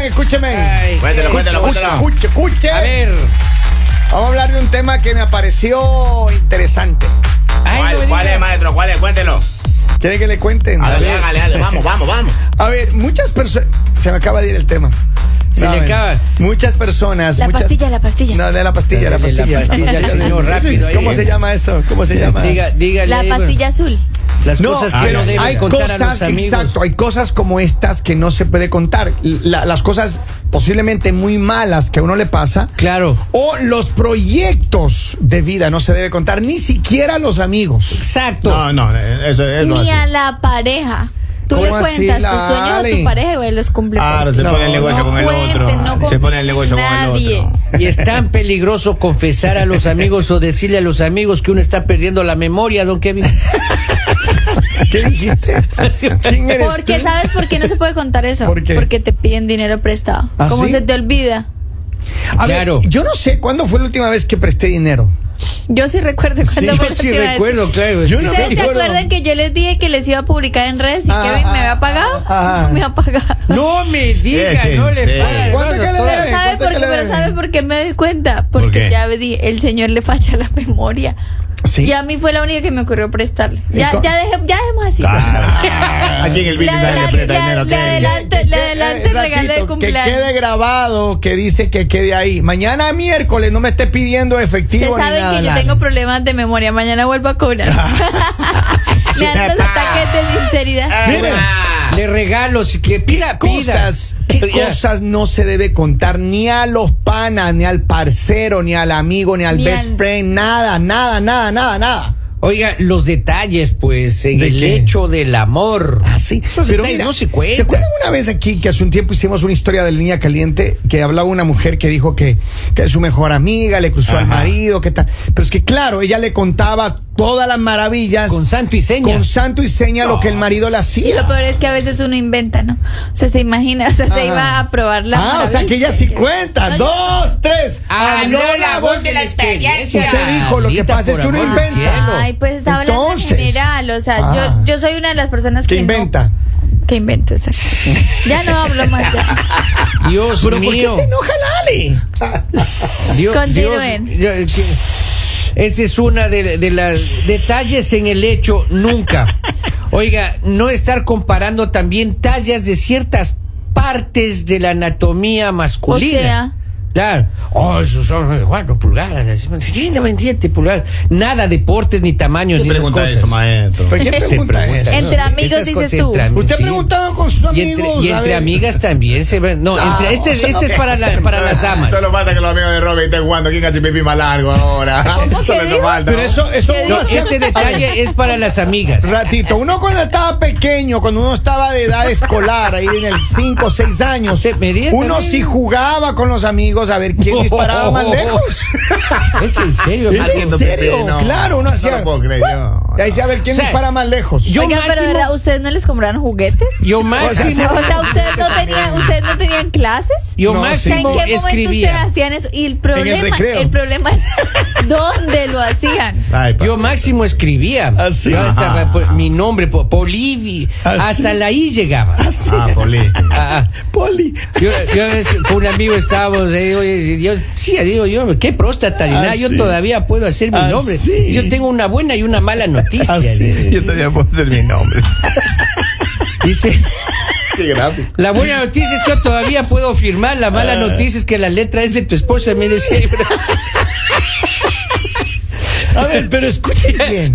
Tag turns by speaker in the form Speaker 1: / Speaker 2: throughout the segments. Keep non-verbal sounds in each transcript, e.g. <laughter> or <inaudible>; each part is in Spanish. Speaker 1: escúcheme.
Speaker 2: Cuéntelo, cuéntelo,
Speaker 1: Escuche,
Speaker 2: cuéntelo.
Speaker 1: escuche, escuche.
Speaker 3: A ver.
Speaker 1: Vamos a hablar de un tema que me pareció interesante.
Speaker 3: Ay, no me
Speaker 2: ¿Cuál, cuál
Speaker 3: digas.
Speaker 2: es, maestro? ¿Cuál es? Cuéntelo.
Speaker 1: ¿Quiere que le cuenten?
Speaker 2: Hágale, hágale, hágale. Vamos, vamos, vamos.
Speaker 1: A ver, muchas personas. Se me acaba de ir el tema.
Speaker 3: Se le
Speaker 1: Saben,
Speaker 3: acaba.
Speaker 1: Muchas personas.
Speaker 4: La
Speaker 1: muchas-
Speaker 4: pastilla, la pastilla.
Speaker 1: No, de la pastilla, la
Speaker 3: Dale, la
Speaker 1: pastilla.
Speaker 3: pastilla, señor, rápido ahí.
Speaker 1: <laughs> ¿Cómo se llama eso? ¿Cómo se llama?
Speaker 3: Diga, dígale,
Speaker 4: La
Speaker 3: eh, bueno,
Speaker 4: pastilla azul.
Speaker 3: las cosas que
Speaker 2: pero
Speaker 3: no debe
Speaker 1: hay
Speaker 3: contar
Speaker 1: cosas,
Speaker 3: a los amigos.
Speaker 1: exacto, hay cosas como estas que no se puede contar. La- las cosas posiblemente muy malas que a uno le pasa.
Speaker 3: Claro.
Speaker 1: O los proyectos de vida no se debe contar, ni siquiera a los amigos.
Speaker 3: Exacto.
Speaker 2: No, no, eso, eso
Speaker 4: Ni a
Speaker 2: así.
Speaker 4: la pareja. Tú
Speaker 1: ¿Cómo
Speaker 4: le
Speaker 1: así,
Speaker 4: cuentas tus
Speaker 1: la
Speaker 4: sueños a
Speaker 1: Ale?
Speaker 4: tu pareja y él los cumple.
Speaker 2: Claro, se
Speaker 1: No,
Speaker 2: pone el negocio
Speaker 4: no
Speaker 2: con el
Speaker 4: cuente,
Speaker 2: otro.
Speaker 4: no
Speaker 2: se
Speaker 4: con
Speaker 2: pone el negocio
Speaker 4: nadie.
Speaker 2: con el otro.
Speaker 3: Y es tan peligroso confesar a los amigos o decirle a los amigos que uno está perdiendo la memoria, don Kevin.
Speaker 1: ¿Qué dijiste? ¿Quién eres
Speaker 4: Porque
Speaker 1: tú?
Speaker 4: sabes por qué no se puede contar eso.
Speaker 1: ¿Por qué?
Speaker 4: Porque te piden dinero prestado.
Speaker 1: ¿Ah,
Speaker 4: Como
Speaker 1: sí?
Speaker 4: se te olvida.
Speaker 1: A ver,
Speaker 3: Claro.
Speaker 1: yo no sé cuándo fue la última vez que presté dinero.
Speaker 4: Yo sí recuerdo cuando fue
Speaker 3: Yo
Speaker 4: la
Speaker 3: sí
Speaker 4: última vez.
Speaker 3: recuerdo, claro.
Speaker 1: Yo no
Speaker 3: ¿En
Speaker 1: sé.
Speaker 4: ¿Ustedes se
Speaker 3: serio?
Speaker 1: recuerdo.
Speaker 4: acuerdan que yo les dije que les iba a publicar en redes y
Speaker 1: Ah,
Speaker 4: Kevin me
Speaker 1: ah,
Speaker 4: había pagado?
Speaker 1: ah.
Speaker 4: <laughs> me ha pagado.
Speaker 3: No eh, me diga,
Speaker 2: Déjense.
Speaker 3: no le pague.
Speaker 1: ¿Cuánto que le
Speaker 3: Todas-
Speaker 1: debe?
Speaker 4: Pero ¿sabe
Speaker 1: ¿cuánto
Speaker 4: por,
Speaker 1: que
Speaker 4: qué,
Speaker 1: le
Speaker 4: pero
Speaker 1: deben?
Speaker 4: ¿sabe por qué me doy cuenta?
Speaker 2: ¿Por
Speaker 4: Porque
Speaker 2: qué?
Speaker 4: ya dije, el señor le falla la <laughs> memoria.
Speaker 1: Sí.
Speaker 4: Y a mí fue la única que me ocurrió prestarle.
Speaker 1: ¿Y
Speaker 4: Ya,
Speaker 1: cómo?
Speaker 4: ya, deje- ya dejemos así.
Speaker 2: Claro. Aquí en el
Speaker 4: Le
Speaker 2: business nadie
Speaker 4: adelan-
Speaker 2: aprieta
Speaker 4: le-
Speaker 2: dinero.
Speaker 4: le
Speaker 2: ¿qué?
Speaker 4: adelan- Adelante, adelante,
Speaker 1: ratito,
Speaker 4: regalo de cumpleaños.
Speaker 1: Que quede grabado, que dice que quede ahí. Mañana miércoles no me esté pidiendo efectivo.
Speaker 4: Ustedes
Speaker 1: ni
Speaker 4: saben
Speaker 1: nada,
Speaker 4: que yo
Speaker 1: Lali.
Speaker 4: tengo problemas de memoria. Mañana vuelvo
Speaker 1: <laughs>
Speaker 4: a cobrar. <laughs> Me dan unos ataques de sinceridad.
Speaker 1: Miren,
Speaker 3: Le regalo, si que pida, pida.
Speaker 1: cosas, qué
Speaker 3: <laughs> Ya.
Speaker 1: cosas no se debe contar ni a los panas, ni al parcero, ni al amigo, ni al
Speaker 4: Ni
Speaker 1: best
Speaker 4: al-
Speaker 1: friend, nada, nada, nada, nada, nada.
Speaker 3: Oiga, los detalles, pues, en
Speaker 1: ¿De
Speaker 3: el
Speaker 1: qué?
Speaker 3: hecho del amor.
Speaker 1: Así,
Speaker 3: Esos detalles no se cuentan.
Speaker 1: acuerdan una vez aquí que hace un tiempo hicimos una historia de línea caliente que hablaba una mujer que dijo que, que su mejor amiga le cruzó al
Speaker 2: Ajá.
Speaker 1: marido, que tal? Pero es que claro, ella le contaba todas las maravillas
Speaker 3: Con santo y seña.
Speaker 1: con santo y seña lo que el marido le
Speaker 4: Y lo
Speaker 1: hacía.
Speaker 4: peor es que a veces uno inventa, ¿no? O sea, se imagina, o sea,
Speaker 1: Ajá.
Speaker 4: se iba a probar la.
Speaker 1: ah, o sea
Speaker 4: maravilla
Speaker 1: que ella sí cuenta.
Speaker 4: No, yo- Ah,
Speaker 1: Dos, tres.
Speaker 3: Habló Ah, la voz de la
Speaker 1: experiencia. Usted dijo, lo que
Speaker 3: Lita,
Speaker 1: pasa es
Speaker 3: por
Speaker 1: que uno
Speaker 3: amor al
Speaker 1: inventa.
Speaker 3: cielo.
Speaker 4: Ay, pues está hablando en
Speaker 1: Entonces.
Speaker 4: general. O sea,
Speaker 1: Ah.
Speaker 4: yo, yo soy una de las personas
Speaker 1: Que
Speaker 4: que. no-
Speaker 1: inventa.
Speaker 4: que invento, exacto. Ya no hablo más.
Speaker 1: <laughs>
Speaker 4: ya.
Speaker 3: Dios
Speaker 1: Pero
Speaker 3: mío.
Speaker 1: ¿por qué se enoja Lali?
Speaker 3: Dios,
Speaker 4: Continúen.
Speaker 3: Dios, yo- que- esa es una de, de las detalles en el hecho
Speaker 1: <laughs>
Speaker 3: nunca. Oiga, no estar comparando también tallas de ciertas partes de la anatomía masculina.
Speaker 4: O sea.
Speaker 3: Claro. Oh, esos son 4 pulgadas, así, sí, 97 pulgadas. Nada, deportes, ni tamaños,
Speaker 2: ¿Quién
Speaker 3: ni esas
Speaker 2: pregunta
Speaker 3: cosas.
Speaker 2: eso,
Speaker 1: <laughs>
Speaker 2: maestro?
Speaker 1: ¿Por qué
Speaker 3: Se
Speaker 1: pregunta
Speaker 3: pregunta,
Speaker 1: eso?
Speaker 3: ¿no?
Speaker 4: Entre amigos,
Speaker 3: Esas
Speaker 4: dices
Speaker 3: cosas
Speaker 4: tú.
Speaker 3: entre amigos,
Speaker 1: Usted ha
Speaker 3: sí.
Speaker 1: preguntado con sus
Speaker 3: Y entre,
Speaker 1: amigos.
Speaker 3: y
Speaker 1: a
Speaker 3: entre
Speaker 1: ver.
Speaker 3: amigas también se ven. No,
Speaker 1: Ah,
Speaker 3: entre, este,
Speaker 1: o sea,
Speaker 3: este
Speaker 1: ok,
Speaker 3: es para, la-
Speaker 1: o sea, <laughs>
Speaker 3: para las damas.
Speaker 2: Solo falta que los amigos de Robin estén jugando. ¿Quién hace pipí más largo ahora?
Speaker 4: que
Speaker 2: Solo eso
Speaker 4: dijo?
Speaker 2: falta.
Speaker 1: Pero eso, eso
Speaker 4: ¿Qué
Speaker 1: uno
Speaker 3: No,
Speaker 1: hacía-
Speaker 3: este detalle es para
Speaker 1: <laughs>
Speaker 3: las amigas.
Speaker 1: Ratito, uno cuando estaba pequeño, cuando uno estaba de edad escolar, ahí en el 5 o 6 años,
Speaker 3: Se medía
Speaker 1: uno
Speaker 3: también.
Speaker 1: sí jugaba con los amigos a ver quién disparaba
Speaker 3: <laughs>
Speaker 1: más lejos.
Speaker 3: Es en serio,
Speaker 1: ¿Es
Speaker 3: hermano.
Speaker 1: en serio? Claro, uno
Speaker 2: No
Speaker 1: hacía.
Speaker 2: lo puedo creer yo.
Speaker 1: Ahí se a ver quién
Speaker 3: O sea,
Speaker 1: dispara más lejos.
Speaker 3: yo-
Speaker 4: Oiga, pero de
Speaker 3: máximo-
Speaker 4: verdad, ¿ustedes no les compraron juguetes?
Speaker 3: Yo
Speaker 1: O sea,
Speaker 3: máximo,
Speaker 4: O sea, ¿ustedes no tenían, ustedes no tenían clases?
Speaker 3: yo
Speaker 1: No,
Speaker 4: O sea, ¿en
Speaker 3: máximo
Speaker 4: qué momento ustedes
Speaker 3: escribía.
Speaker 4: hacían eso? Y el problema, el,
Speaker 1: recreo.
Speaker 4: problema es <laughs> dónde lo hacían.
Speaker 2: Ay, pa-
Speaker 3: Yo máximo escribía.
Speaker 1: Así.
Speaker 3: Yo hasta-
Speaker 2: Ajá.
Speaker 3: por- mi nombre, po- Polivi.
Speaker 1: Así.
Speaker 3: Hasta la I llegaba.
Speaker 2: Ah, Poli.
Speaker 3: Ah, ah.
Speaker 1: Poli.
Speaker 3: Yo, yo es- con un amigo estábamos, eh, digo, eh, yo, sí, digo yo, qué próstata ni nada, yo
Speaker 1: Así.
Speaker 3: todavía puedo hacer mi
Speaker 1: Así.
Speaker 3: nombre. Yo tengo una buena y una mala noticia. dice.
Speaker 2: Yo todavía puedo hacer mi nombre.
Speaker 3: <laughs> dice,
Speaker 2: Qué gráfico.
Speaker 3: La buena noticia es que yo todavía puedo firmar. La mala noticia es que la letra es de tu esposa. Me decía. <laughs>
Speaker 1: A ver, pero escuchen bien.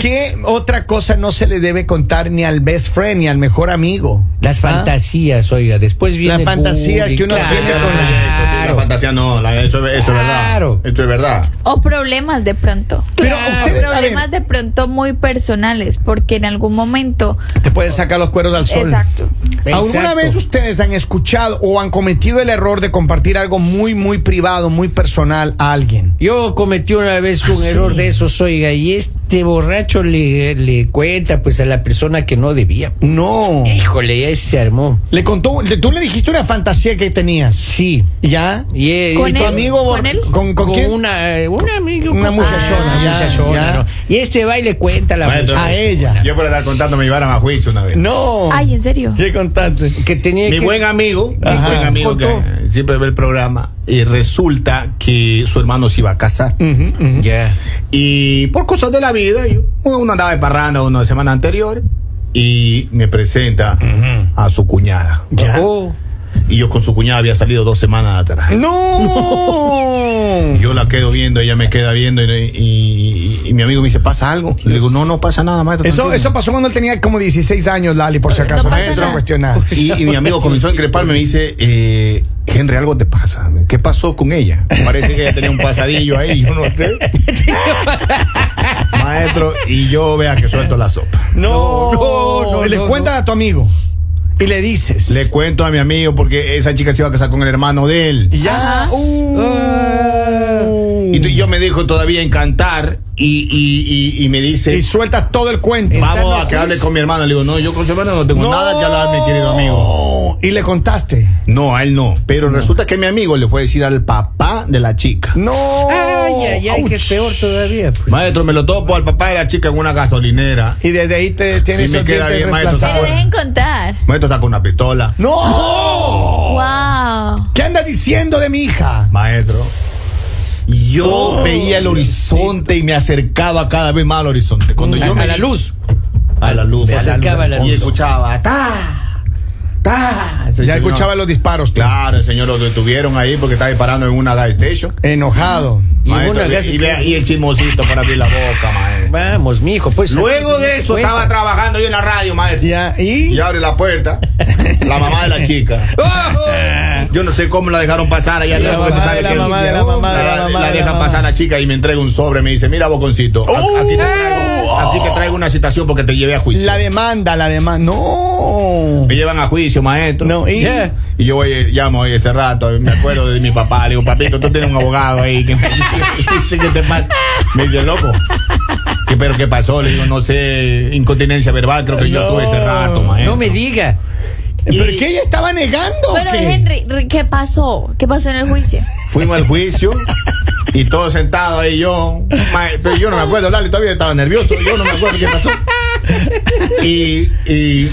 Speaker 1: ¿Qué otra cosa no se le debe contar ni al best friend ni al mejor amigo?
Speaker 3: Las
Speaker 1: ¿Ah?
Speaker 3: fantasías, oiga. Después viene.
Speaker 1: fantasía que uno
Speaker 3: claro.
Speaker 1: tiene
Speaker 2: Eso no es cierto, sí, La fantasía no, la- eso, eso es verdad.
Speaker 3: Claro.
Speaker 2: Esto es verdad.
Speaker 4: O problemas de pronto.
Speaker 1: Pero
Speaker 3: Claro.
Speaker 1: ustedes, a
Speaker 4: Problemas
Speaker 1: ver,
Speaker 4: de pronto muy personales, porque en algún momento.
Speaker 1: te pueden sacar los cueros al sol.
Speaker 4: Exacto.
Speaker 1: ¿Alguna
Speaker 3: Exacto.
Speaker 1: vez ustedes han escuchado o han cometido el error de compartir algo muy, muy privado, muy personal a alguien?
Speaker 4: Ah,
Speaker 3: Yo cometí una vez un error de esos, oiga, y es este borracho le, le cuenta pues a la persona que no debía.
Speaker 1: No.
Speaker 3: Híjole, ya se armó.
Speaker 1: Le contó, le- tú le dijiste una fantasía que tenías.
Speaker 3: Sí.
Speaker 1: ¿Ya?
Speaker 3: Y, eh,
Speaker 1: ¿Y
Speaker 4: Con
Speaker 1: tu
Speaker 4: él,
Speaker 1: amigo?
Speaker 4: con él.
Speaker 1: ¿Con, con
Speaker 3: con
Speaker 1: quién?
Speaker 3: una, eh, una amiga,
Speaker 1: Una
Speaker 3: con-
Speaker 1: muchachona,
Speaker 3: Ah,
Speaker 1: ya,
Speaker 3: muchachona,
Speaker 1: ya.
Speaker 3: ¿no? Y este va y le cuenta a la
Speaker 2: Maestro,
Speaker 3: muchacha
Speaker 1: a ella.
Speaker 2: Yo por estar contando me llevaron a juicio una vez.
Speaker 1: No.
Speaker 4: Ay, ¿en serio?
Speaker 1: ¿Qué contaste?
Speaker 3: que tenía
Speaker 2: Mi
Speaker 3: que
Speaker 2: buen amigo, mi
Speaker 1: Ajá.
Speaker 2: buen amigo que
Speaker 3: Contó.
Speaker 2: siempre ve el programa, y resulta que su hermano se iba a casar.
Speaker 1: Ujú, ujú.
Speaker 3: ya.
Speaker 2: Y por cosas de la vida, yo- uno andaba de parranda una semana anterior y me presenta a su cuñada.
Speaker 3: Oh,
Speaker 2: Y yo con su cuñada había salido dos semanas atrás.
Speaker 1: No.
Speaker 2: Yo la quedo viendo, ella me queda viendo y, y- y- y mi amigo me dice, ¿pasa algo? Le digo, no, no pasa nada, maestro.
Speaker 1: Eso,
Speaker 2: tranquilo".
Speaker 1: eso pasó cuando él tenía como 16 años, Lali, por si acaso.
Speaker 4: pasa
Speaker 1: Maestro, <laughs>
Speaker 2: <laughs>
Speaker 4: nada.
Speaker 1: cuestionado.
Speaker 2: Y, y mi amigo comenzó a increparme, me dice, eh, Henry, algo te pasa. ¿Qué pasó con ella? Parece que ella tenía un pasadillo ahí, yo no
Speaker 1: <laughs>
Speaker 2: sé. Maestro, y yo vea que suelto la sopa.
Speaker 1: No,
Speaker 3: No, no,
Speaker 1: Le
Speaker 3: no,
Speaker 1: cuentas
Speaker 3: no.
Speaker 1: a tu amigo y le dices.
Speaker 2: Le cuento a mi amigo porque esa chica se iba a casar con el hermano de él.
Speaker 1: Y ya. Uh.
Speaker 2: Ah.
Speaker 1: Oh. Mm.
Speaker 2: Y tú- y yo me dijo todavía encantar y, y, y, y me dice,
Speaker 1: y sueltas todo el cuento.
Speaker 3: Va-
Speaker 2: vamos
Speaker 3: sano
Speaker 2: a que hable
Speaker 3: juicio.
Speaker 2: con mi hermano. Le digo, no, yo con su hermano no tengo nada que hablar, mi querido amigo.
Speaker 1: Y le contaste.
Speaker 2: No, a él no. Pero resulta que mi amigo le fue a decir al papá de la chica.
Speaker 1: No.
Speaker 3: Ay, ay, ay, que es
Speaker 1: Ouch.
Speaker 3: peor todavía. pues.
Speaker 2: Maestro, me lo topo al papá de la chica en una gasolinera.
Speaker 1: Y desde ahí te tienes
Speaker 2: Sí, me
Speaker 1: el
Speaker 2: queda
Speaker 1: diente
Speaker 2: bien, maestro,
Speaker 4: Que
Speaker 1: reemplazado.
Speaker 2: sabe.
Speaker 4: dejen contar.
Speaker 2: Maestro saca una pistola.
Speaker 1: No.
Speaker 4: Wow.
Speaker 1: ¿Qué andas diciendo de mi hija?
Speaker 2: Maestro. Yo veía el horizonte y me acercaba cada vez más al horizonte. Cuando
Speaker 3: Mm. A-
Speaker 2: yo me
Speaker 3: a la luz.
Speaker 2: a la luz,
Speaker 3: Se
Speaker 2: a la
Speaker 3: acercaba
Speaker 2: luz.
Speaker 3: a la
Speaker 2: y
Speaker 3: luz.
Speaker 2: escuchaba ta ta. Ese
Speaker 1: Ya
Speaker 2: señor-
Speaker 1: escuchaba los disparos. tú.
Speaker 2: Claro, el señor lo detuvieron ahí porque estaba disparando en una gas station.
Speaker 1: Enojado.
Speaker 3: Y en
Speaker 2: Maestro,
Speaker 3: una gas
Speaker 2: y, vea- y el chismosito para abrir la boca, maestro.
Speaker 3: Vamos, mijo, pues.
Speaker 2: Luego de eso
Speaker 3: Cuenta.
Speaker 2: estaba trabajando yo en la radio, maestro.
Speaker 1: Ya, y.
Speaker 2: Y abre la puerta, la mamá de la
Speaker 3: <laughs>
Speaker 2: chica.
Speaker 3: ¡Oh!
Speaker 2: Yo no sé cómo la dejaron pasar allá.
Speaker 1: La
Speaker 2: arriba,
Speaker 1: mamá
Speaker 2: porque
Speaker 1: de
Speaker 2: sabe
Speaker 1: la
Speaker 2: que-
Speaker 1: mamá de la mamá de la mamá de la
Speaker 2: dejan
Speaker 1: mamá.
Speaker 2: pasar a la chica y me entrega un sobre. Me dice, mira, boconcito, a-
Speaker 1: ¡Oh!
Speaker 2: aquí, te traigo, aquí te traigo una citación porque te llevé a juicio.
Speaker 1: La demanda, la demanda. No.
Speaker 2: Me llevan a juicio, maestro.
Speaker 1: No, y.
Speaker 3: Ya.
Speaker 2: Y yo voy, eh, llamo eh, ese rato, me acuerdo de mi papá, le digo, papito, tú tienes un abogado ahí que me dice que te pasa. Me dice, loco. ¿Qué, pero qué pasó? Le digo, no sé, incontinencia verbal, creo que yo
Speaker 1: No.
Speaker 2: tuve ese rato, maestro.
Speaker 3: No me diga.
Speaker 1: ¿Pero qué ella estaba negando? o
Speaker 4: Pero
Speaker 1: qué?
Speaker 4: Henry, re- ¿qué pasó? ¿Qué pasó en el juicio?
Speaker 2: Fuimos al juicio y todo sentado ahí yo. ma- Pero yo no me acuerdo, Lali todavía estaba nervioso, yo no me acuerdo qué pasó. Y, y,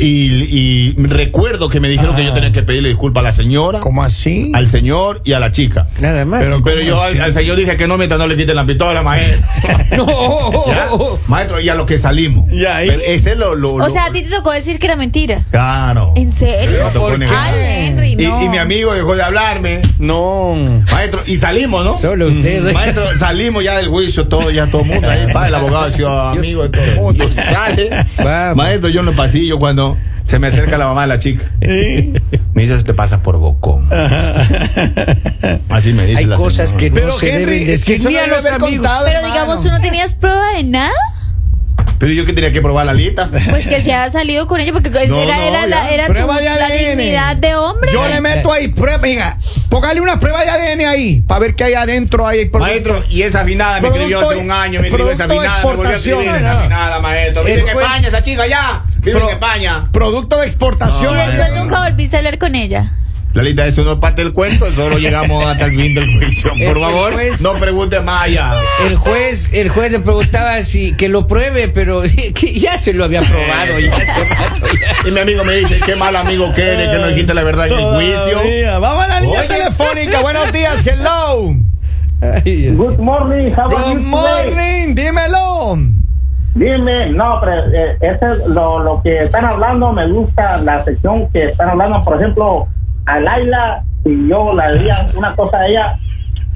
Speaker 2: y- y recuerdo que me dijeron que yo tenía que pedirle disculpas a la señora,
Speaker 1: ¿Cómo así?
Speaker 2: al señor y a la chica.
Speaker 3: Nada más.
Speaker 2: Pero, pero
Speaker 1: ¿cómo
Speaker 2: yo
Speaker 1: así?
Speaker 2: al, al señor dije que no mientras no le quiten la pistola, maestro.
Speaker 3: <laughs> No.
Speaker 1: Oh,
Speaker 2: ¿Ya? Maestro, y a lo que salimos.
Speaker 1: Ya, ahí.
Speaker 2: Pero Ese es lo, lo-
Speaker 4: O
Speaker 2: lo-
Speaker 4: sea, a ti te tocó decir que era mentira.
Speaker 2: Claro.
Speaker 4: ¿En
Speaker 2: Me
Speaker 4: serio?
Speaker 2: tocó
Speaker 1: ¿Por
Speaker 2: negar.
Speaker 4: Ay, Henry,
Speaker 2: Y-
Speaker 4: no.
Speaker 2: y mi amigo dejó de hablarme.
Speaker 1: No. Mm,
Speaker 2: Maestro, y salimos, ¿no?
Speaker 3: Solo usted.
Speaker 2: Maestro, salimos ya del juicio, todo, ya todo el mundo ahí, va, el abogado ha sido amigo de todo el mundo, sale.
Speaker 3: Vamos.
Speaker 2: Maestro, yo en el pasillo cuando se me acerca la mamá de la chica,
Speaker 1: ¿Eh?
Speaker 2: me dice, te pasas por bocón. Así me dice
Speaker 3: Hay
Speaker 2: la
Speaker 3: cosas
Speaker 2: señora.
Speaker 3: que
Speaker 1: Pero
Speaker 3: no se
Speaker 1: Henry,
Speaker 3: deben
Speaker 1: es que
Speaker 3: decir.
Speaker 1: eso
Speaker 3: Ni
Speaker 1: no
Speaker 3: a
Speaker 1: debe
Speaker 3: los
Speaker 1: haber
Speaker 3: amigos.
Speaker 1: contado.
Speaker 4: Pero
Speaker 1: hermano.
Speaker 4: digamos, ¿tú no tenías prueba de nada?
Speaker 2: Pero yo que tenía que probar la lista.
Speaker 4: Pues
Speaker 1: <laughs>
Speaker 4: que se había salido con ella, porque
Speaker 2: No,
Speaker 4: era,
Speaker 2: no,
Speaker 4: era, la,
Speaker 2: ya.
Speaker 4: era tu-
Speaker 1: Prueba de
Speaker 4: la
Speaker 1: ADN.
Speaker 4: dignidad de hombre.
Speaker 1: Yo le meto ahí prueba, venga, póngale una prueba de ADN ahí, para ver qué hay adentro ahí. por-
Speaker 2: Maestro, y esa afinada me escribió
Speaker 1: Producto-
Speaker 2: hace un año, me escribió esa
Speaker 1: producto de
Speaker 2: afinada, me volvió a escribir
Speaker 1: exportación.
Speaker 2: esa afinada, maestro. Vive en
Speaker 3: Después-
Speaker 2: España esa chica ya, vive
Speaker 1: Pro-
Speaker 2: en España.
Speaker 1: Producto de
Speaker 4: Y
Speaker 1: exportación.
Speaker 2: No,
Speaker 4: después nunca volviste a hablar con ella.
Speaker 2: Lalita, eso no es parte del cuento, solo llegamos hasta el fin del juicio.
Speaker 3: Eh,
Speaker 2: Por favor,
Speaker 3: pues-
Speaker 2: no pregunte más ya.
Speaker 3: El juez, el juez le preguntaba si que lo pruebe, pero <laughs> que ya se lo había probado.
Speaker 1: Eh.
Speaker 3: ya hace rato, ya.
Speaker 2: Y mi amigo me dice, qué mal amigo que eres, que no dijiste la verdad en el juicio.
Speaker 1: Todavía. Vamos a la línea
Speaker 2: Oye.
Speaker 1: telefónica. Buenos días, <laughs> hello.
Speaker 3: Ay, Dios mío.
Speaker 5: Good morning, how are
Speaker 1: Good
Speaker 5: you today?
Speaker 1: morning, dímelo.
Speaker 5: Dime, no, pero eh, ese es lo, lo que están hablando, me gusta la sección que están hablando, por ejemplo, a Laila y yo, la haría una cosa a ella,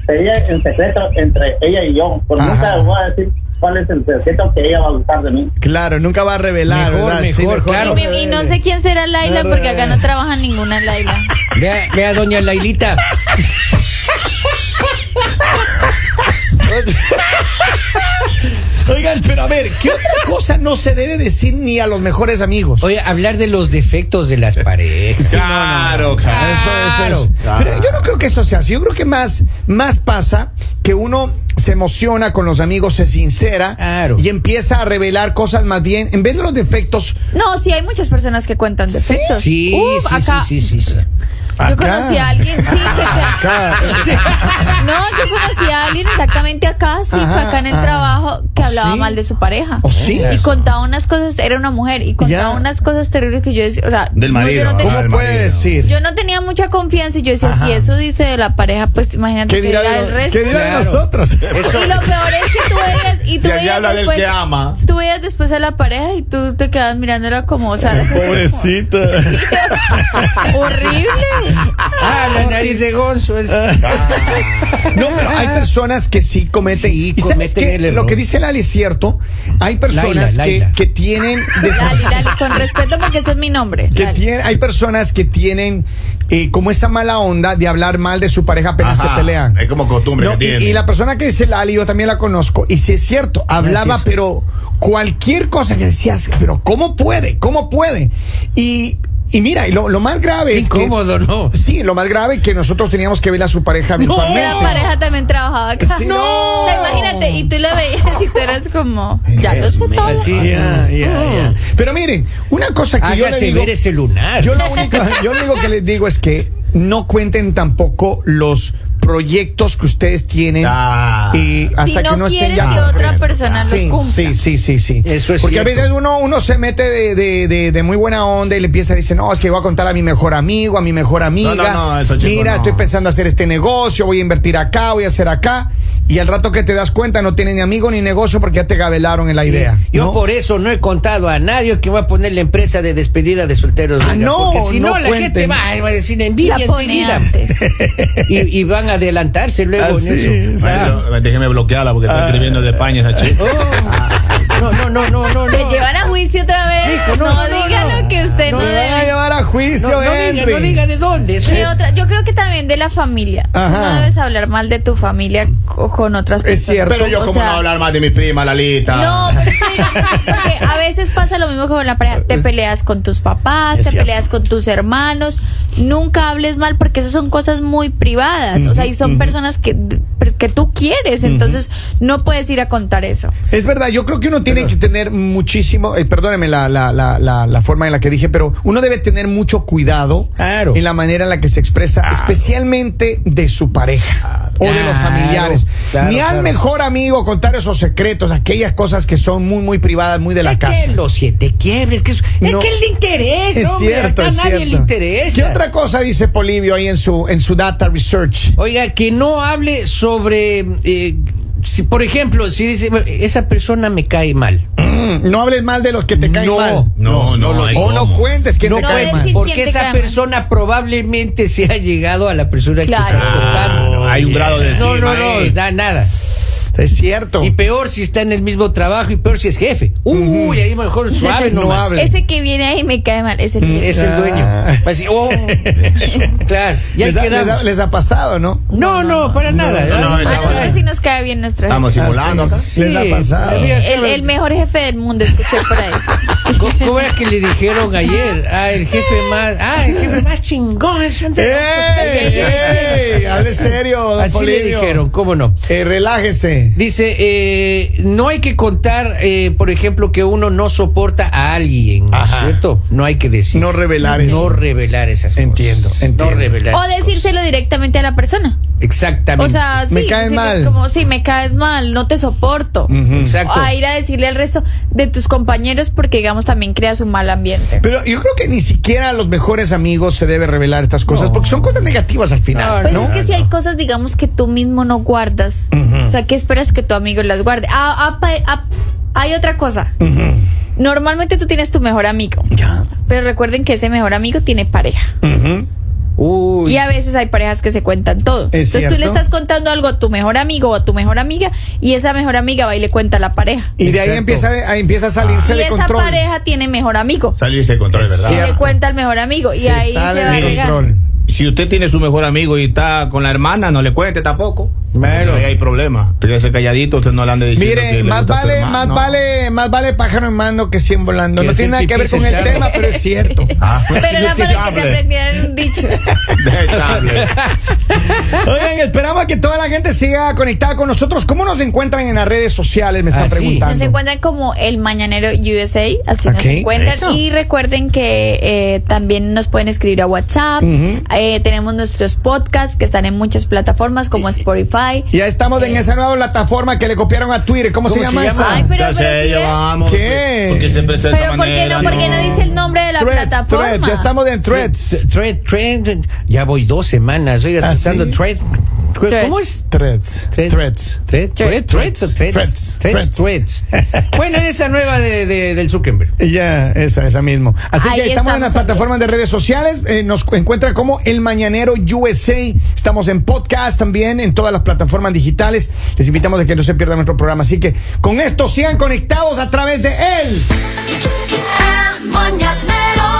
Speaker 5: sería en secreto entre ella y yo, porque
Speaker 1: Ajá.
Speaker 5: nunca voy a decir cuál es el secreto que ella va a gustar de mí.
Speaker 1: Claro, nunca va a revelar,
Speaker 3: Mejor,
Speaker 1: ¿verdad?
Speaker 3: mejor, claro.
Speaker 4: Y, me- y no sé quién será Laila, porque acá no trabaja ninguna Laila.
Speaker 3: Vea, vea, doña Lailita.
Speaker 1: Oigan, pero a ver, ¿qué otra cosa no se debe decir ni a los mejores amigos?
Speaker 3: Oye, hablar de los defectos de las parejas.
Speaker 2: Claro,
Speaker 1: Eso, eso es.
Speaker 3: Claro.
Speaker 1: Pero yo no creo que eso sea así. Yo creo que más, más pasa que uno se emociona con los amigos, se sincera
Speaker 3: Claro.
Speaker 1: y empieza a revelar cosas más bien, en vez de los defectos.
Speaker 4: No, sí, hay muchas personas que cuentan defectos.
Speaker 3: Sí,
Speaker 4: Uf,
Speaker 3: sí,
Speaker 4: acá,
Speaker 3: sí, sí, sí, sí.
Speaker 4: Yo
Speaker 1: Acá.
Speaker 4: conocí a alguien, sí, que acá. <laughs> No, yo conocí a alguien exactamente acá, sí,
Speaker 1: Ajá,
Speaker 4: fue acá en el
Speaker 1: ah.
Speaker 4: trabajo, que
Speaker 1: ¿Oh,
Speaker 4: hablaba
Speaker 1: sí?
Speaker 4: mal de su pareja.
Speaker 1: ¿Oh, sí?
Speaker 4: Y contaba unas cosas, era una mujer, y contaba
Speaker 1: Ya.
Speaker 4: unas cosas terribles que yo decía, o sea,
Speaker 2: Del
Speaker 4: no,
Speaker 2: marido.
Speaker 4: yo, no
Speaker 1: ¿Cómo
Speaker 4: tenía,
Speaker 2: Al
Speaker 1: puede
Speaker 2: marido.
Speaker 1: decir?
Speaker 4: yo no tenía mucha confianza, y yo decía, si eso dice de la pareja, pues imagínate
Speaker 1: ¿Qué dirá
Speaker 4: que diga
Speaker 1: de,
Speaker 4: el
Speaker 1: lo-
Speaker 4: resto.
Speaker 1: qué dirá de
Speaker 3: Claro.
Speaker 1: nosotros? <laughs>
Speaker 3: Eso-
Speaker 4: Y lo peor es que tú veías, y tú
Speaker 2: Y así
Speaker 4: veías
Speaker 2: habla del
Speaker 4: después,
Speaker 2: que ama.
Speaker 4: tú veías después a la pareja y tú te quedas mirándola como, o sea,
Speaker 1: Pobrecita.
Speaker 4: horrible.
Speaker 3: Ah, la nariz de Gonzo. es-
Speaker 1: Ah.
Speaker 3: <laughs>
Speaker 1: No, pero hay personas que sí cometen.
Speaker 3: Ah. Sí,
Speaker 1: y sabes
Speaker 3: cometen
Speaker 1: que
Speaker 3: el error.
Speaker 1: lo que dice Lali es cierto. Hay personas
Speaker 3: Laila,
Speaker 1: que,
Speaker 3: Laila.
Speaker 1: que tienen. des-
Speaker 4: Lali, Lali, con respeto porque ese es mi nombre.
Speaker 1: que
Speaker 4: Lali.
Speaker 1: tiene- hay personas que tienen eh, como esa mala onda de hablar mal de su pareja apenas
Speaker 2: Ajá,
Speaker 1: se pelean.
Speaker 2: Es como costumbre
Speaker 1: No,
Speaker 2: que
Speaker 1: y,
Speaker 2: tiene.
Speaker 1: y la persona que dice Lali, yo también la conozco. Y si es cierto, hablaba,
Speaker 3: Gracias.
Speaker 1: pero cualquier cosa que decías, pero ¿cómo puede? ¿Cómo puede? Y, y mira, y lo, lo más grave
Speaker 3: Qué
Speaker 1: es que.
Speaker 3: incómodo, ¿no?
Speaker 1: Sí, lo más grave que nosotros teníamos que ver a su pareja
Speaker 4: Que
Speaker 1: virtualmente.
Speaker 4: la pareja también trabajaba acá.
Speaker 1: Sí,
Speaker 3: no.
Speaker 4: O sea, imagínate, y tú la veías y tú eras como, ya lo sé todo.
Speaker 3: Así.
Speaker 1: Ya, ya, ya.
Speaker 3: Ah.
Speaker 1: Pero miren, una cosa que yo le
Speaker 3: Hágase
Speaker 1: digo,
Speaker 3: Ah, ver ese lunar.
Speaker 1: yo lo
Speaker 3: <laughs>
Speaker 1: único, yo lo único que les digo es que no cuenten tampoco los proyectos que ustedes tienen
Speaker 2: Ah.
Speaker 1: y hasta
Speaker 4: Si
Speaker 1: que
Speaker 4: no,
Speaker 1: no estén
Speaker 4: quieres
Speaker 1: ya
Speaker 4: que otra
Speaker 1: concretos.
Speaker 4: persona
Speaker 1: Sí,
Speaker 4: los cumpla.
Speaker 1: sí, sí, sí, sí.
Speaker 3: Eso es
Speaker 1: Porque
Speaker 3: cierto.
Speaker 1: a veces uno, uno se mete de, de- de- de muy buena onda y le empieza a decir, no, es que voy a contar a mi mejor amigo, a mi mejor amiga.
Speaker 2: no, no, estos chicos
Speaker 1: Mira,
Speaker 2: no.
Speaker 1: estoy pensando hacer este negocio, voy a invertir acá, voy a hacer acá. Y al rato que te das cuenta no tienes ni amigo ni negocio porque ya te gabelaron en la idea.
Speaker 3: Yo
Speaker 1: ¿no?
Speaker 3: por eso no he contado a nadie que va a poner la empresa de despedida de solteros.
Speaker 1: Ah,
Speaker 3: oiga,
Speaker 1: no,
Speaker 3: porque si no,
Speaker 1: no
Speaker 3: la gente
Speaker 1: cuenten.
Speaker 3: va, a decir envidia
Speaker 4: La pone
Speaker 3: enseguida.
Speaker 4: antes.
Speaker 3: Y, <laughs> y van a adelantarse luego
Speaker 1: Así
Speaker 3: en
Speaker 1: es.
Speaker 3: eso. Ah.
Speaker 2: Bueno, déjeme bloquearla porque
Speaker 1: Ah.
Speaker 2: está escribiendo de España esa chica.
Speaker 3: Oh. No, no, no, no, no.
Speaker 4: Te
Speaker 3: no.
Speaker 4: llevan a juicio otra vez.
Speaker 3: Hijo, no,
Speaker 4: no,
Speaker 3: no, no, <laughs>
Speaker 4: diga
Speaker 3: no.
Speaker 4: lo que usted
Speaker 1: No
Speaker 4: no,
Speaker 1: me van a
Speaker 4: debe.
Speaker 1: llevar a juicio, eh,
Speaker 3: No, no diga,
Speaker 1: Henry.
Speaker 3: no diga de dónde. eso
Speaker 4: ¿Qué
Speaker 3: es.
Speaker 4: otra? Yo creo que también de la familia. Tú
Speaker 1: Ajá.
Speaker 4: No debes hablar mal de tu familia co- con otras personas.
Speaker 1: Es cierto.
Speaker 2: Pero yo,
Speaker 4: O
Speaker 2: como
Speaker 4: sea,
Speaker 2: no hablar más de mi prima, Lalita?
Speaker 4: No, pero es que digamos, porque a veces pasa lo mismo que con la pareja. Te peleas con tus papás, te peleas con tus hermanos. Nunca hables mal porque esas son cosas muy privadas. o sea, y son personas que, que tú quieres. Entonces, no puedes ir a contar eso.
Speaker 1: Es verdad, yo creo que uno tiene que tener muchísimo, eh, perdóneme la, la, la, la, la forma en la que dije, pero uno debe tener mucho cuidado
Speaker 3: Claro.
Speaker 1: en la manera en la que se expresa, especialmente de su pareja o de los
Speaker 3: Claro,
Speaker 1: familiares.
Speaker 3: claro,
Speaker 1: Ni al
Speaker 3: claro.
Speaker 1: mejor amigo contar esos secretos, aquellas cosas que son muy, muy privadas, muy de la
Speaker 3: Es
Speaker 1: casa.
Speaker 3: que los siete quiebres, que es, es
Speaker 1: No.
Speaker 3: que él le interesa,
Speaker 1: Es
Speaker 3: hombre,
Speaker 1: cierto,
Speaker 3: acá a
Speaker 1: es
Speaker 3: nadie
Speaker 1: cierto.
Speaker 3: le interesa.
Speaker 1: ¿Qué otra cosa dice Polivio ahí en su, en su data research?
Speaker 3: Oiga, que no hable sobre, eh, si, por ejemplo, si dice, "Bueno, esa persona me cae mal.
Speaker 1: Mm, No hables mal de los que te caen
Speaker 3: No.
Speaker 1: mal.
Speaker 2: No, no, hay
Speaker 1: O no
Speaker 2: cómo.
Speaker 1: cuentes que
Speaker 3: No
Speaker 1: te cae
Speaker 4: puedes
Speaker 1: mal.
Speaker 4: decir
Speaker 3: Porque
Speaker 4: quién te
Speaker 3: esa
Speaker 4: cae mal.
Speaker 3: persona probablemente se ha llegado a la persona
Speaker 4: Claro.
Speaker 3: que estás contando.
Speaker 2: Ah, hay un grado de
Speaker 3: No, no,
Speaker 2: estima,
Speaker 3: no,
Speaker 2: eh.
Speaker 3: da nada.
Speaker 1: Es cierto.
Speaker 3: Y peor si está en el mismo trabajo y peor si es jefe. Uy, ahí mejor suave
Speaker 1: No
Speaker 3: no
Speaker 1: hable.
Speaker 4: Ese que viene ahí me cae mal. Ese que-
Speaker 3: Es el dueño.
Speaker 1: Ah.
Speaker 3: Así, oh, claro,
Speaker 1: les, ha,
Speaker 3: ya
Speaker 1: les ha-
Speaker 3: quedamos.
Speaker 1: les ha pasado, ¿no?
Speaker 3: No, no, para nada.
Speaker 2: no, no,
Speaker 4: A
Speaker 2: no,
Speaker 3: Así-
Speaker 2: no,
Speaker 4: nosotros sí nos cae bien nuestro
Speaker 2: Estamos
Speaker 4: jefe.
Speaker 2: simulando acá.
Speaker 3: Sí,
Speaker 1: Les ha pasado.
Speaker 3: había que-
Speaker 4: El, el mejor jefe del mundo, escuché por ahí.
Speaker 3: <laughs> Co- ¿Cómo era que le dijeron ayer? Ah, el jefe más. Ah, el jefe más chingón. es un-
Speaker 1: ¡Ey! ¡Ey! Hable serio, don
Speaker 3: ¡Eh! Así le
Speaker 1: Polibio.
Speaker 3: dijeron, ¿cómo no?
Speaker 1: Eh, relájese.
Speaker 3: Dice, eh, no hay que contar, eh, por ejemplo, que uno no soporta a alguien, ¿no es
Speaker 1: Ajá.
Speaker 3: ¿cierto? No hay que decir.
Speaker 1: No revelar
Speaker 3: No
Speaker 1: eso.
Speaker 3: revelar esas
Speaker 1: Entiendo,
Speaker 3: cosas.
Speaker 1: entiendo.
Speaker 3: No revelar.
Speaker 4: O
Speaker 3: esas
Speaker 4: decírselo directamente a la persona.
Speaker 3: cosas. Exactamente.
Speaker 4: O sea, sí,
Speaker 1: Me caes
Speaker 4: decirle
Speaker 1: mal.
Speaker 4: como, sí, me caes mal, no te soporto.
Speaker 3: Exacto.
Speaker 4: a ir a decirle al resto de tus compañeros porque digamos también creas un mal ambiente.
Speaker 1: Pero yo creo que ni siquiera a los mejores amigos se debe revelar estas cosas,
Speaker 3: No.
Speaker 1: porque son cosas negativas al final.
Speaker 4: Pues
Speaker 3: No,
Speaker 4: es que
Speaker 3: no.
Speaker 4: si hay cosas digamos que tú mismo no guardas, o sea, ¿qué esperas que tu amigo las guarde? Ah, ah, pa- ah, hay otra cosa. Normalmente tú tienes tu mejor amigo, pero recuerden que ese mejor amigo tiene pareja.
Speaker 1: Ujú.
Speaker 3: Uy.
Speaker 4: Y a veces hay parejas que se cuentan todo.
Speaker 1: Es
Speaker 4: Entonces tú le
Speaker 1: cierto.
Speaker 4: estás contando algo a tu mejor amigo o a tu mejor amiga y esa mejor amiga va y le cuenta a la pareja.
Speaker 1: Y de ahí
Speaker 2: Exacto.
Speaker 1: empieza, ahí empieza a salirse
Speaker 4: y
Speaker 1: de
Speaker 4: esa
Speaker 1: control.
Speaker 4: pareja tiene mejor amigo.
Speaker 2: Salirse de control, ¿verdad?
Speaker 4: Y le cuenta al mejor amigo y
Speaker 1: se
Speaker 4: ahí se
Speaker 1: sale
Speaker 4: va
Speaker 1: de
Speaker 4: regando.
Speaker 1: control.
Speaker 2: Si usted tiene su mejor amigo y está con la hermana, no le cuente tampoco. Pero ahí hay problema. Tiene que ser calladito, usted no le ande diciendo. que
Speaker 1: Mire,
Speaker 2: le
Speaker 1: más
Speaker 2: gusta a tu
Speaker 1: vale,
Speaker 2: hermano.
Speaker 1: más
Speaker 2: No.
Speaker 1: vale, más vale pájaro en mano que cien volando.
Speaker 3: Quiere
Speaker 1: No tiene nada
Speaker 3: decir
Speaker 1: que ver
Speaker 3: pipí
Speaker 1: con el
Speaker 3: sentado.
Speaker 1: tema, pero es
Speaker 3: <laughs>
Speaker 1: cierto.
Speaker 2: <laughs> Ah,
Speaker 4: <laughs> Pero era para que se
Speaker 2: inestable. <laughs>
Speaker 4: aprendieran
Speaker 1: <laughs>
Speaker 4: un dicho.
Speaker 2: Inestable.
Speaker 1: Oigan, esperamos que toda la gente siga conectada con nosotros. ¿Cómo nos encuentran en las redes sociales? Me están
Speaker 3: Ah, sí.
Speaker 1: preguntando.
Speaker 4: Nos encuentran como el Mañanero USA, así
Speaker 1: Ok,
Speaker 4: nos encuentran.
Speaker 2: eso.
Speaker 4: Y recuerden que eh, también nos pueden escribir a WhatsApp.
Speaker 1: Ujú.
Speaker 4: Eh, tenemos nuestros podcasts que están en muchas plataformas como Spotify.
Speaker 1: Ya estamos en esa nueva plataforma que le copiaron a Twitter. ¿Cómo, se llama, esa?
Speaker 4: Ay, pero-
Speaker 2: Ya sé,
Speaker 4: pero si
Speaker 2: ya
Speaker 4: ve-
Speaker 2: vamos.
Speaker 1: ¿Qué?
Speaker 2: Porque siempre se de
Speaker 4: Pero
Speaker 2: esta
Speaker 4: ¿por qué no?
Speaker 2: manera,
Speaker 4: ¿Por qué no dice el nombre de la
Speaker 1: Threads,
Speaker 4: plataforma?
Speaker 1: Threads. Ya estamos en Threads.
Speaker 3: Thread, thread, thread. Ya voy dos semanas. Oiga,
Speaker 1: ¿Ah,
Speaker 3: pensando
Speaker 1: sí?
Speaker 3: thread. thread-
Speaker 4: Thread.
Speaker 3: ¿Cómo es?
Speaker 1: Threads.
Speaker 3: Thread.
Speaker 1: Threads.
Speaker 3: Thread, thread, threads o threads.
Speaker 1: Threads.
Speaker 3: Threads, threads. Bueno, esa nueva de, de- del Zuckerberg.
Speaker 1: Ya, esa, esa mismo. Así
Speaker 4: Ahí
Speaker 1: que estamos, en
Speaker 4: estamos
Speaker 1: las
Speaker 4: también.
Speaker 1: plataformas de redes sociales. eh, nos encuentra como El Mañanero USA. Estamos en podcast también, en todas las plataformas digitales. Les invitamos a que no se pierdan nuestro programa. Así que con esto sigan conectados a través de él.
Speaker 6: El mañanero